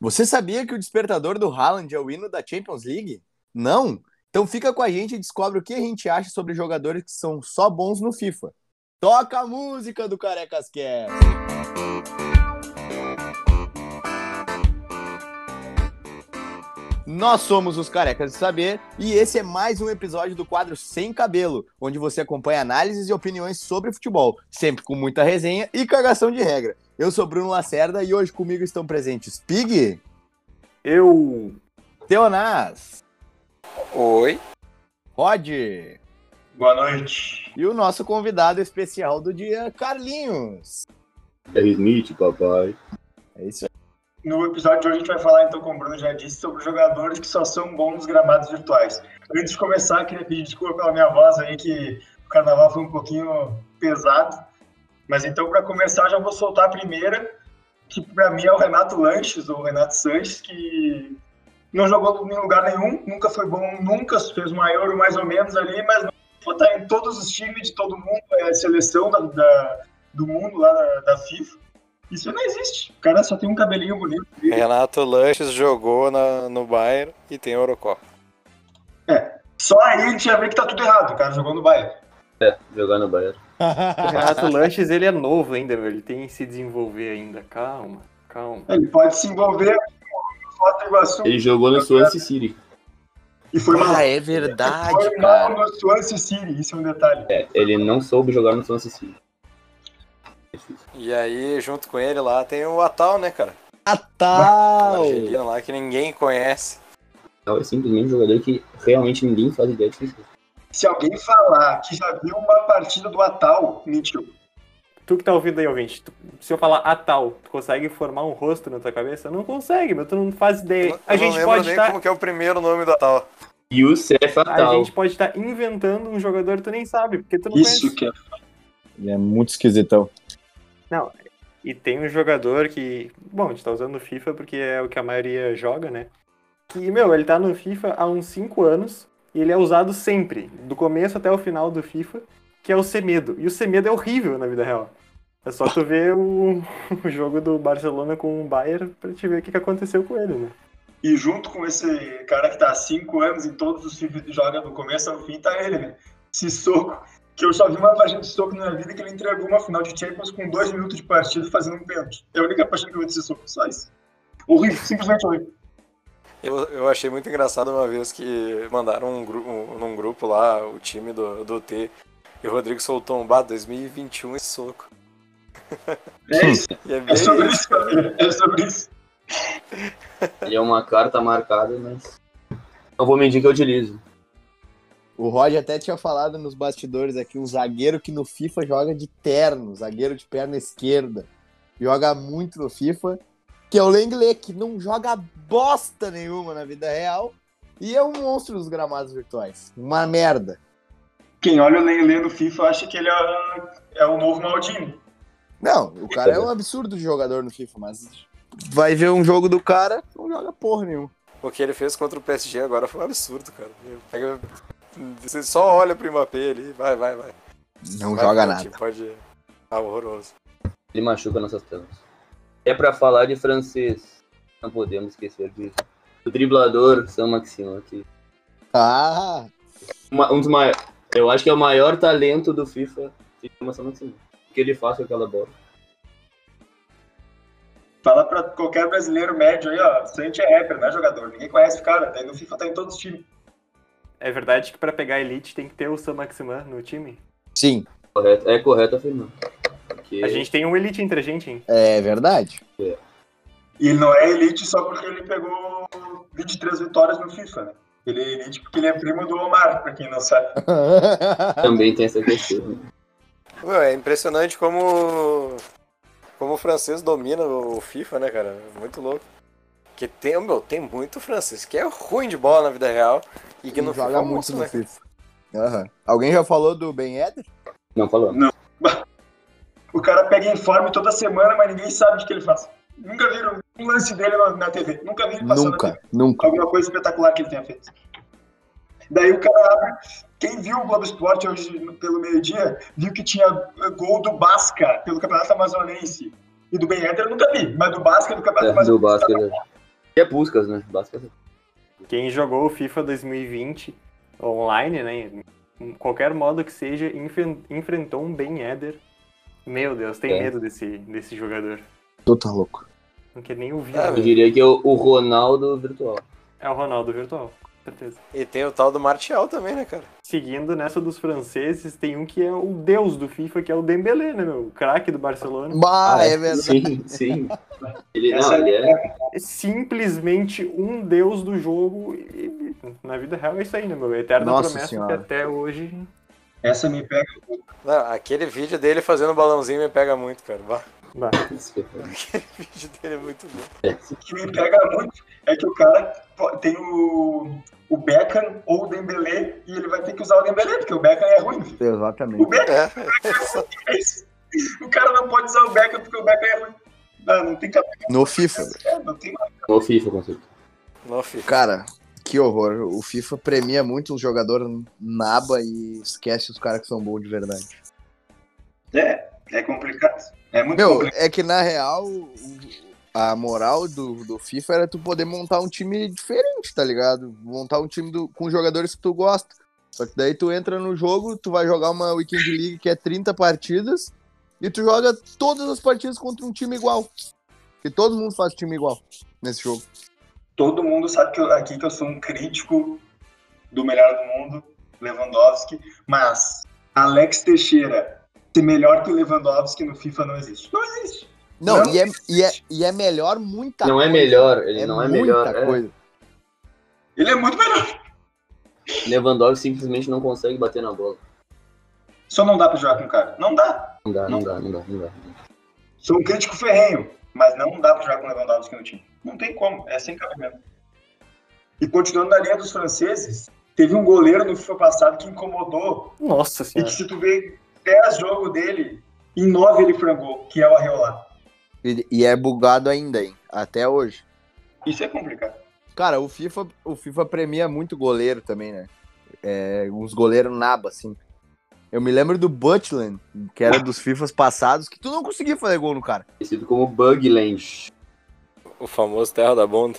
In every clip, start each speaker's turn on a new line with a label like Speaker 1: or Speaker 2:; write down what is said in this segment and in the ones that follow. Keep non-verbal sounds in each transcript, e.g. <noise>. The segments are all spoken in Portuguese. Speaker 1: Você sabia que o despertador do Haaland é o hino da Champions League? Não? Então fica com a gente e descobre o que a gente acha sobre jogadores que são só bons no FIFA. Toca a música do Carecas Cast! Nós somos os Carecas de Saber e esse é mais um episódio do quadro Sem Cabelo, onde você acompanha análises e opiniões sobre futebol, sempre com muita resenha e cagação de regra. Eu sou Bruno Lacerda e hoje comigo estão presentes Pig,
Speaker 2: Eu.
Speaker 1: Teonas,
Speaker 3: Oi.
Speaker 1: Rod
Speaker 2: Boa noite.
Speaker 1: e o nosso convidado especial do dia, Carlinhos.
Speaker 4: É Smith, papai.
Speaker 1: É isso aí.
Speaker 2: No episódio de hoje a gente vai falar, então, como o Bruno já disse, sobre jogadores que só são bons nos gramados virtuais. Antes de começar, queria pedir desculpa pela minha voz aí, que o carnaval foi um pouquinho pesado. Mas então, para começar, já vou soltar a primeira, que para mim é o Renato Lanches, ou Renato Sanches, que não jogou em lugar nenhum, nunca foi bom, nunca fez uma Euro mais ou menos ali, mas não tá em todos os times de todo mundo, é seleção da, da- do mundo lá da, da FIFA. Isso não existe. O cara só tem um cabelinho bonito.
Speaker 3: Renato Lanches jogou na- no Bayern e tem Eurocopa.
Speaker 2: Só aí a gente já vê que tá tudo errado. O cara jogou no Bayern.
Speaker 4: Jogar no Bahia.
Speaker 5: O Ah, Renato Lanches, ele é novo ainda, meu. Ele tem que se desenvolver ainda. Calma, calma.
Speaker 2: Ele pode se envolver com o Foto Iguaçu.
Speaker 4: Ele jogou no Swansea City.
Speaker 2: E foi mal.
Speaker 1: é
Speaker 2: Foi mal no Swansea City. Isso é um detalhe.
Speaker 4: É, ele não soube jogar no Swansea City. É
Speaker 3: E aí, junto com ele lá, tem o Atal, né, cara?
Speaker 1: Natal!
Speaker 3: Argelino lá que ninguém conhece.
Speaker 4: Não, É simplesmente um jogador que realmente ninguém faz ideia de que existe.
Speaker 2: Se alguém falar que já viu uma partida do Atal, mentiu.
Speaker 5: Tu que tá ouvindo aí, ouvinte, tu- se eu falar Atal, tu consegue formar um rosto na tua cabeça? Não consegue, meu. Tu não faz
Speaker 3: Eu
Speaker 5: ideia.
Speaker 3: não-
Speaker 5: A
Speaker 3: eu não
Speaker 5: gente
Speaker 3: lembro
Speaker 5: pode
Speaker 3: nem
Speaker 5: estar.
Speaker 3: como que é o primeiro nome do Atal.
Speaker 4: E o é Cef
Speaker 5: A
Speaker 4: Atal.
Speaker 5: gente pode estar inventando um jogador que tu nem sabe, porque tu não
Speaker 2: Isso
Speaker 5: conhece.
Speaker 2: que é.
Speaker 1: Ele é muito esquisitão.
Speaker 5: E tem um jogador que. Bom, a gente tá usando o FIFA porque é o que a maioria joga, né? Que, meu, ele tá no FIFA há uns 5 anos e ele é usado sempre, do começo até o final do FIFA, que é o Semedo. E o Semedo é horrível na vida real. É só tu ver o, <laughs> o jogo do Barcelona com o Bayern pra te ver o que, que aconteceu com ele, né?
Speaker 2: E junto com esse cara que tá há cinco anos em todos os filmes que joga do começo ao fim, tá ele, né? Sissoko. Que eu só vi uma partida de Sissoko na minha vida que ele entregou uma final de Champions com dois minutos de partida fazendo um pênalti. É a única partida que eu vi de Sissoko, só isso. Horrível, simplesmente horrível.
Speaker 3: Eu, eu achei muito engraçado uma vez que mandaram um gru- um- num grupo lá, o time do, do T, e o Rodrigo soltou um bar 2021 e soco.
Speaker 2: É isso,
Speaker 3: E é bem
Speaker 2: é sobre isso, família. É sobre isso.
Speaker 4: Ele é uma carta marcada, mas. Não vou medir que eu utilizo.
Speaker 1: O Rod até tinha falado nos bastidores aqui, um zagueiro que no FIFA joga de terno, zagueiro de perna esquerda. Joga muito no FIFA, que é o Lenglet, que não joga bosta nenhuma na vida real e é um monstro dos gramados virtuais. Uma merda.
Speaker 2: Quem olha o Lele no FIFA acha que ele é, é o novo Maldini.
Speaker 1: Não, o cara é um absurdo de jogador no FIFA, mas vai ver um jogo do cara, não joga porra nenhuma.
Speaker 3: O que ele fez contra o PSG agora foi um absurdo, cara. Ele pega- Você só olha pro Mbappé ali, vai, vai, vai.
Speaker 1: Não
Speaker 3: Vai tipo,
Speaker 1: joga
Speaker 3: pra
Speaker 1: nada.
Speaker 3: frente, Pode... Tá horroroso.
Speaker 4: Ele machuca nossas telas. É pra falar de francês. Não podemos esquecer disso. O driblador Sam Maxima, que
Speaker 1: Ah,
Speaker 4: uma- um dos maiores. Eu acho que é o maior talento do FIFA se chama Sam Maxima. O que ele faz com aquela bola?
Speaker 2: Fala pra qualquer brasileiro médio aí, ó. Sante é rapper, não é jogador. Ninguém conhece o cara. Daí no FIFA tá em todos os times.
Speaker 5: É verdade que pra pegar Elite tem que ter o Sam Maximan no time?
Speaker 1: sim,
Speaker 4: Correto. É correto afirmar. Porque
Speaker 5: A gente tem um Elite entre a gente, hein?
Speaker 1: é verdade.
Speaker 2: E ele não é elite só porque ele pegou 23 vitórias no FIFA, né? Ele é elite porque ele é primo do Omar, pra quem não sabe.
Speaker 1: <laughs>
Speaker 4: também tem essa questão.
Speaker 3: Meu, é impressionante como como o francês domina o FIFA, né, cara? Muito louco. Porque tem, meu, tem muito francês que é ruim de bola na vida real e que no
Speaker 1: Não
Speaker 3: FIFA
Speaker 1: joga
Speaker 3: é um
Speaker 1: muito
Speaker 3: monstro,
Speaker 1: no
Speaker 3: né?
Speaker 1: FIFA. Aham. Alguém já falou do Ben Eder?
Speaker 4: Não falando.
Speaker 2: O cara pega informe toda semana, mas ninguém sabe o que que ele faz. Nunca viram um lance dele na, na TV. Nunca vi ele passando na
Speaker 1: Nunca, nunca.
Speaker 2: alguma coisa espetacular que ele tenha feito. Daí o cara abre. Quem viu o Globo Esporte hoje pelo meio-dia, viu que tinha eh, gol do Basca pelo Campeonato Amazonense. E do Ben Eder eu nunca vi, mas do Basca do Campeonato
Speaker 4: É, do
Speaker 2: Amazonense.
Speaker 4: Basca, né? E é Puskas, né? Basicamente.
Speaker 5: Quem jogou o FIFA 2020 online, né? em qualquer modo que seja, enfren- enfrentou um Ben Eder. Meu Deus, tem
Speaker 4: É.
Speaker 5: medo desse, desse jogador.
Speaker 1: Tu tá louco.
Speaker 5: Não quer nem ouvir.
Speaker 3: Ah,
Speaker 5: né?
Speaker 4: Eu diria que é o o Ronaldo virtual.
Speaker 5: É o Ronaldo virtual, com certeza.
Speaker 3: E tem o tal do Martial também, né, cara?
Speaker 5: Seguindo nessa dos franceses, tem um que é o deus do FIFA, que é o Dembélé, né, meu? O craque do Barcelona.
Speaker 1: Bah, é verdade.
Speaker 4: Ah, Sim, sim. Ele, não,
Speaker 2: Essa
Speaker 4: ele é.
Speaker 5: É simplesmente um deus do jogo e e na vida real é isso aí, né, meu? Eterna
Speaker 1: Nossa
Speaker 5: promessa
Speaker 1: Senhora.
Speaker 5: que até hoje...
Speaker 2: Essa me pega.
Speaker 3: Não, aquele vídeo dele fazendo balãozinho me pega muito, cara. Bah, <laughs>
Speaker 5: Bah,
Speaker 4: <laughs>
Speaker 3: o vídeo dele é muito bom.
Speaker 2: O
Speaker 4: é
Speaker 2: que me pega muito é que o cara pô, tem o, o Beckham ou o Dembélé e ele vai ter que usar o Dembélé, porque o Beckham é ruim. filho. O
Speaker 1: Exatamente.
Speaker 2: Beckham
Speaker 3: É,
Speaker 2: é isso. O cara não pode usar o Beckham porque o Beckham é ruim. Não, não tem cabeça,
Speaker 1: No
Speaker 3: É
Speaker 1: FIFA.
Speaker 2: cara, não tem
Speaker 4: O FIFA, com certeza.
Speaker 3: não fica.
Speaker 1: Cara, que horror. O FIFA premia muito os jogadores na aba e esquece os caras que são bons de verdade.
Speaker 2: É, é complicado. É muito
Speaker 1: Meu,
Speaker 2: complicado.
Speaker 1: é que na real, o- a moral do, do FIFA era tu poder montar um time diferente, tá ligado? Montar um time do- com jogadores que tu gosta. Só que daí tu entra no jogo, tu vai jogar uma Weekend League que é 30 partidas e tu joga todas as partidas contra um time igual. E todo mundo faz time igual nesse jogo.
Speaker 2: Todo mundo sabe que eu- aqui que eu sou um crítico do melhor do mundo, Lewandowski, mas Alex Teixeira ser melhor que o Lewandowski no FIFA não existe. Não existe.
Speaker 1: Não,
Speaker 2: Não.
Speaker 1: E, é, e, é, e é melhor muita
Speaker 4: Não é
Speaker 1: coisa.
Speaker 4: melhor, ele não é
Speaker 1: muita
Speaker 4: melhor. é.
Speaker 1: coisa.
Speaker 2: Ele é muito melhor.
Speaker 4: Lewandowski simplesmente não consegue bater na bola.
Speaker 2: Só não dá pra jogar com o cara. Não dá.
Speaker 4: Não dá, não dá, não dá, não dá.
Speaker 2: Sou um crítico ferrenho, mas não dá pra jogar com o Lewandowski no time. Não tem como. É sem cabimento. E continuando na linha dos franceses, teve um goleiro no FIFA passado que incomodou
Speaker 5: nossa
Speaker 2: E que <laughs>
Speaker 5: senhora.
Speaker 2: se tu vê 10 jogos dele, em 9 ele frangou, que é o Arreolar.
Speaker 1: E, e é bugado ainda, hein? Até hoje.
Speaker 2: Isso é complicado.
Speaker 1: Cara, o FIFA, o FIFA premia muito goleiro também, né? É, uns goleiros naba, assim. Eu me lembro do Butland, que era dos FIFAs passados, que tu não conseguia fazer gol no cara.
Speaker 4: Conhecido como Bug Land.
Speaker 3: O famoso Terra da <laughs> Bunda.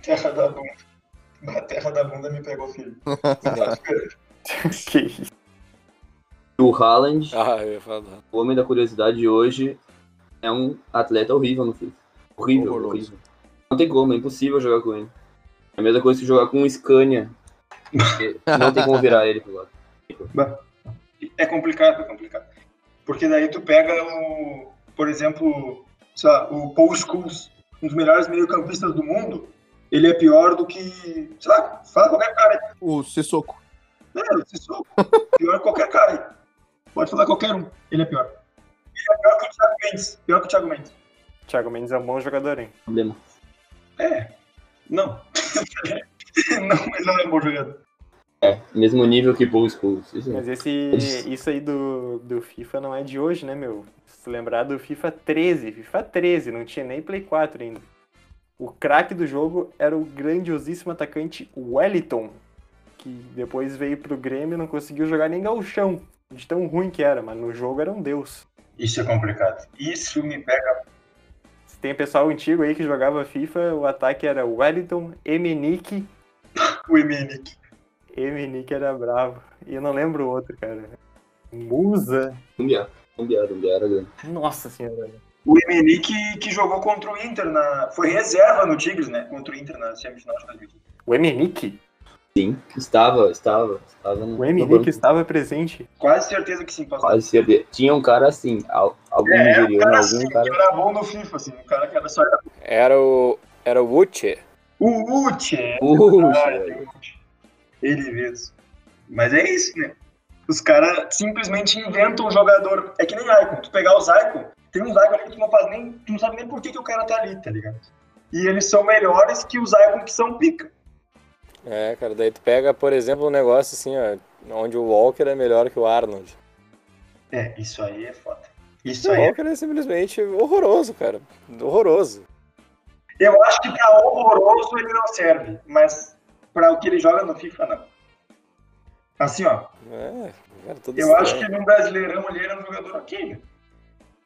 Speaker 2: Terra da bunda. A terra da bunda me pegou, filho.
Speaker 5: Que isso.
Speaker 4: O Haaland,
Speaker 3: Ah, eu ia falar.
Speaker 4: o homem da curiosidade de hoje, é um atleta horrível no FIFA. Horrível,
Speaker 1: Horroroso.
Speaker 4: horrível. Não tem como, é impossível jogar com ele. É a mesma coisa que jogar com um Scania. Porque Não tem como virar ele tá pro lado.
Speaker 2: É complicado, é complicado. Porque daí tu pega o, por exemplo, sei lá, o Paul Scholes, um dos melhores meio-campistas do mundo, ele é pior do que, sei lá, fala qualquer cara. aí.
Speaker 1: O Sissoko.
Speaker 2: É, eu sou pior que qualquer cara. aí. Pode falar qualquer um, ele é pior. Ele é pior que o Thiago Mendes. Pior que o Thiago Mendes.
Speaker 5: Thiago Mendes é um bom jogador, hein?
Speaker 4: Problema.
Speaker 2: É. Não. <laughs> não, ele não é bom jogador.
Speaker 4: É, mesmo nível que Paul Scholes. Isso é.
Speaker 5: Mas esse, isso aí do, do FIFA não é de hoje, né, meu? Se lembrar do FIFA 13, FIFA 13, não tinha nem Play 4 ainda. O craque do jogo era o grandiosíssimo atacante Wellington, que depois veio pro Grêmio e não conseguiu jogar nem gauchão, de tão ruim que era, mas no jogo era um deus.
Speaker 2: Isso é complicado. Isso me pega.
Speaker 5: Se tem pessoal antigo aí que jogava FIFA, o ataque era Wellington, Emenick,
Speaker 2: O Emenick.
Speaker 5: Emenick era bravo. E eu não lembro o outro, cara. Musa?
Speaker 4: Umbiá. Umbiá, Umbiá era grande.
Speaker 5: Nossa senhora.
Speaker 2: O Emenick que, que jogou contra o Inter na. Foi reserva no Tigres, né? Contra o Inter na semifinal de 2015.
Speaker 5: O Emenick?
Speaker 4: Sim, estava, estava, estava no,
Speaker 5: O
Speaker 4: no
Speaker 5: Henrique
Speaker 4: banco.
Speaker 5: estava presente.
Speaker 2: Quase certeza que sim, passou.
Speaker 4: Quase certeza. Tinha um cara assim, al- algum
Speaker 2: É, um
Speaker 4: nigeriano,
Speaker 2: cara
Speaker 4: algum
Speaker 2: assim, que
Speaker 4: cara.
Speaker 2: era bom no FIFA, assim. Um cara que era só.
Speaker 3: Era o. Era o Uche.
Speaker 2: O Uche!
Speaker 4: Puxa,
Speaker 2: Ah,
Speaker 4: velho.
Speaker 2: Ele mesmo. Mas é isso, né? Os caras simplesmente inventam um jogador. É que nem Icon. Tu pegar os Icon, tem uns Icon ali que tu não faz nem. Tu não sabe nem por que, que o cara tá ali, tá ligado? E eles são melhores que os Icon que são pica.
Speaker 3: É, cara, daí tu pega, por exemplo, um negócio assim, ó, onde o Walker é melhor que o Arnold.
Speaker 2: É, isso aí é foda. Isso
Speaker 3: O
Speaker 2: aí. é-
Speaker 3: Walker é simplesmente horroroso, cara. Horroroso.
Speaker 2: Eu acho que pra horroroso ele não serve, mas pra o que ele joga no FIFA, não. Assim, ó,
Speaker 3: É, cara, tudo
Speaker 2: eu
Speaker 3: estranho.
Speaker 2: acho que num brasileirão um ele era um jogador ok, né?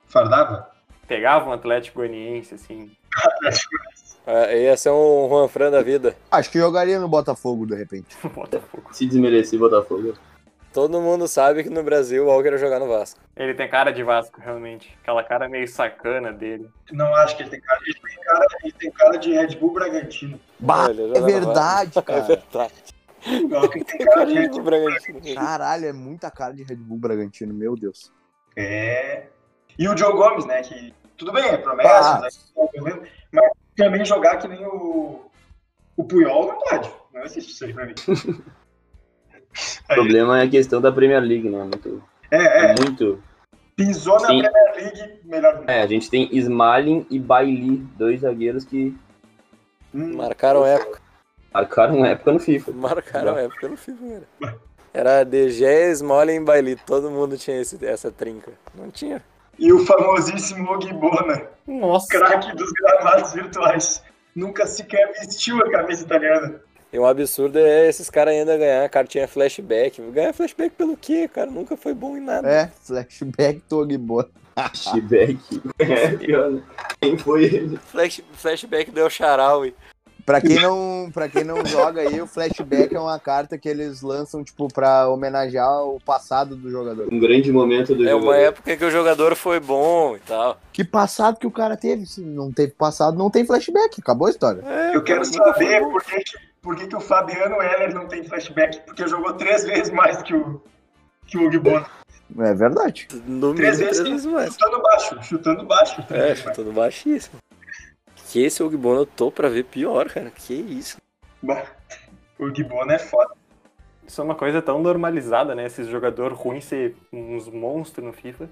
Speaker 2: Fardava?
Speaker 5: Pegava um Atlético Goianiense, assim.
Speaker 3: Ah, ia ser um Juan Fran da vida.
Speaker 1: Acho que jogaria no Botafogo, de repente.
Speaker 5: Botafogo.
Speaker 4: Se desmerecer Botafogo.
Speaker 3: Todo mundo sabe que no Brasil o Walker ia jogar no <laughs> Vasco.
Speaker 5: Ele tem cara de Vasco, realmente. Aquela cara meio sacana dele.
Speaker 2: Não acho que ele tem cara. Ele tem cara, ele tem cara de Red Bull Bragantino.
Speaker 1: Bah,
Speaker 3: Ele
Speaker 1: é
Speaker 3: joga no Vasco.
Speaker 1: verdade,
Speaker 3: É
Speaker 1: cara.
Speaker 3: verdade.
Speaker 2: Eu acho que ele tem
Speaker 3: Tem
Speaker 2: cara de
Speaker 3: carinha
Speaker 2: Red
Speaker 3: de
Speaker 2: Bull.
Speaker 3: Bragantino.
Speaker 1: Caralho, é muita cara de Red Bull Bragantino, meu Deus.
Speaker 2: É. E o Joe Gomes, né? Que tudo bem, é promessa,
Speaker 1: Ah.
Speaker 2: né, beleza, mas também jogar que nem o, o Puyol não pode. Não existe isso aí pra mim.
Speaker 4: O problema é a questão da Premier League, né? Muito,
Speaker 2: É, é.
Speaker 4: é muito.
Speaker 2: Pisou na
Speaker 4: Sim.
Speaker 2: Premier League, melhor não.
Speaker 4: É, a gente tem Smalling e Bailey, dois zagueiros que
Speaker 2: Hum,
Speaker 3: Marcaram época.
Speaker 4: marcaram uma época no <laughs> FIFA.
Speaker 3: Marcaram época no FIFA, cara. Era DG, Smalling e Bailey. Todo mundo tinha esse- essa trinca. Não tinha.
Speaker 2: E o famosíssimo Ogbona,
Speaker 5: Nossa.
Speaker 2: craque dos gramados virtuais. Nunca sequer vestiu a camisa italiana.
Speaker 3: E um absurdo é esses caras ainda ganhar cartinha é flashback. Ganhar flashback pelo quê, cara? Nunca foi bom em nada.
Speaker 1: É, flashback Togbo.
Speaker 4: <laughs> Feedback. É, pior, né? Quem foi ele?
Speaker 3: Flash- flashback deu Charaui.
Speaker 1: Pra quem não, pra quem não joga aí, o flashback é uma carta que eles lançam tipo pra homenagear o passado do jogador.
Speaker 4: Um grande momento do
Speaker 3: É
Speaker 4: jogo.
Speaker 3: uma época que o jogador foi bom e tal.
Speaker 1: Que passado que o cara teve? Se não teve passado, não tem flashback. Acabou a história.
Speaker 3: É,
Speaker 2: Eu quero
Speaker 3: nunca foi
Speaker 2: saber
Speaker 3: bom.
Speaker 2: por que, que- por que, que o Fabiano Heller não tem flashback, porque jogou três vezes mais que o, que o Ogbona.
Speaker 1: É verdade.
Speaker 3: No mínimo,
Speaker 2: Três vezes
Speaker 3: três
Speaker 2: que-
Speaker 3: vezes mais.
Speaker 2: Chutando baixo, chutando baixo.
Speaker 3: É, chutando baixíssimo. Que esse Ogbono eu tô pra ver pior, cara. Que isso.
Speaker 2: Bah, O Gibona é foda.
Speaker 5: Isso é uma coisa tão normalizada, né? Esses jogadores ruins ser uns monstros no FIFA.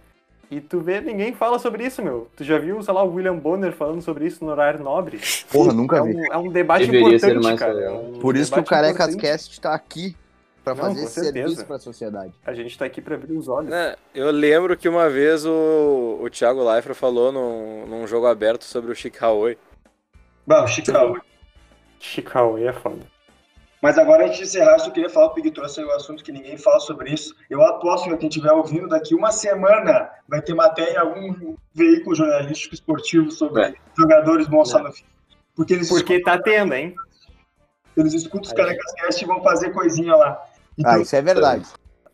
Speaker 5: E tu vê, ninguém fala sobre isso, meu. Tu já viu, sei lá, o William Bonner falando sobre isso no horário nobre?
Speaker 1: Porra, nunca
Speaker 5: É
Speaker 1: vi.
Speaker 5: um, é um debate
Speaker 4: Deveria ser
Speaker 5: importante,
Speaker 4: mais
Speaker 5: cara.
Speaker 4: legal.
Speaker 5: É um
Speaker 1: Por isso que o
Speaker 5: debate
Speaker 1: Carecas
Speaker 5: importante.
Speaker 1: Cast tá aqui pra
Speaker 5: Não,
Speaker 1: fazer
Speaker 5: com
Speaker 1: esse
Speaker 5: certeza.
Speaker 1: serviço pra sociedade.
Speaker 5: A gente tá aqui pra abrir os olhos.
Speaker 3: Né, eu lembro que uma vez o, o Thiago Leifert falou num, num jogo aberto sobre o Chic Haoi.
Speaker 2: Bah, o Chicago.
Speaker 5: Chicauê é foda.
Speaker 2: Mas agora, antes de encerrar, eu só queria falar, o Pig trouxe aí o um assunto que ninguém fala sobre isso. Eu aposto que quem estiver ouvindo, daqui uma semana vai ter matéria em algum veículo jornalístico esportivo sobre
Speaker 4: É.
Speaker 2: jogadores monstros no FIFA. Porque eles,
Speaker 5: Porque tá tendo, hein?
Speaker 2: escutam, eles escutam os carecas cast e vão fazer coisinha lá.
Speaker 1: Ah,
Speaker 2: Então,
Speaker 1: isso é verdade.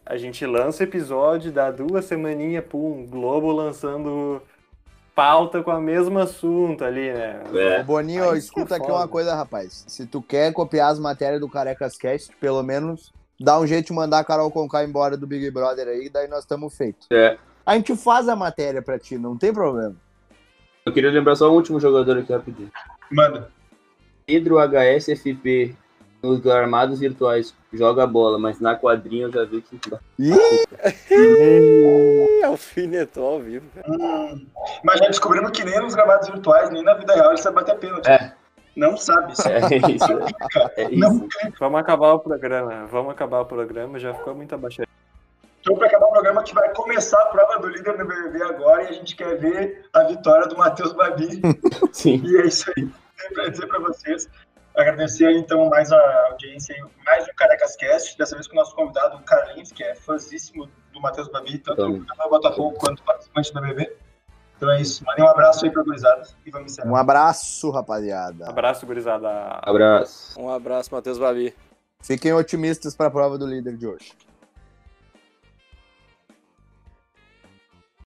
Speaker 5: A gente lança o episódio, dá duas semaninhas, pum, Globo lançando pauta com o mesmo assunto ali, né?
Speaker 1: Ô, Boninho,
Speaker 5: Aí isso
Speaker 1: escuta
Speaker 5: é
Speaker 1: aqui
Speaker 5: foda.
Speaker 1: uma coisa, rapaz. Se tu quer copiar as matérias do Carecas Cast, pelo menos dá um jeito de mandar a Carol Conká embora do Big Brother aí, daí nós estamos feitos.
Speaker 4: É.
Speaker 1: A gente faz a matéria pra ti, não tem problema.
Speaker 4: Eu queria lembrar só o último jogador aqui rapidinho.
Speaker 2: manda.
Speaker 4: Pedro HSFP nos gramados virtuais joga bola, mas na quadrinha eu já vi que <laughs>
Speaker 1: Ih,
Speaker 3: Ih, alfinetou ao vivo, cara.
Speaker 2: Hum, mas já descobrimos que nem nos gramados virtuais, nem na vida real, ele sabe bater pênalti.
Speaker 4: É.
Speaker 2: Não sabe. Isso é
Speaker 4: <laughs> é isso. É, é
Speaker 2: Não.
Speaker 4: isso.
Speaker 5: Vamos acabar o programa, vamos acabar o programa, já ficou muita baixaria.
Speaker 2: Então, para acabar o programa, que vai começar a prova do líder do BBB agora e a gente quer ver a vitória do Matheus
Speaker 4: <laughs>
Speaker 2: Babi.
Speaker 4: Sim.
Speaker 2: e é isso aí. Tem para dizer para vocês. Agradecer então mais a audiência, aí, mais um Carecas Cast, dessa vez com o nosso convidado, o Carlinhos, que é fãzíssimo do Matheus Babi, tanto
Speaker 4: Então.
Speaker 2: do Botafogo quanto participante do BBB. Então é isso. Mandem um abraço aí para gurizada e vamos encerrar.
Speaker 1: um abraço, rapaziada.
Speaker 5: Abraço, gurizada.
Speaker 4: Abraço.
Speaker 3: Um abraço, Matheus Babi.
Speaker 1: Fiquem otimistas pra prova do líder de hoje.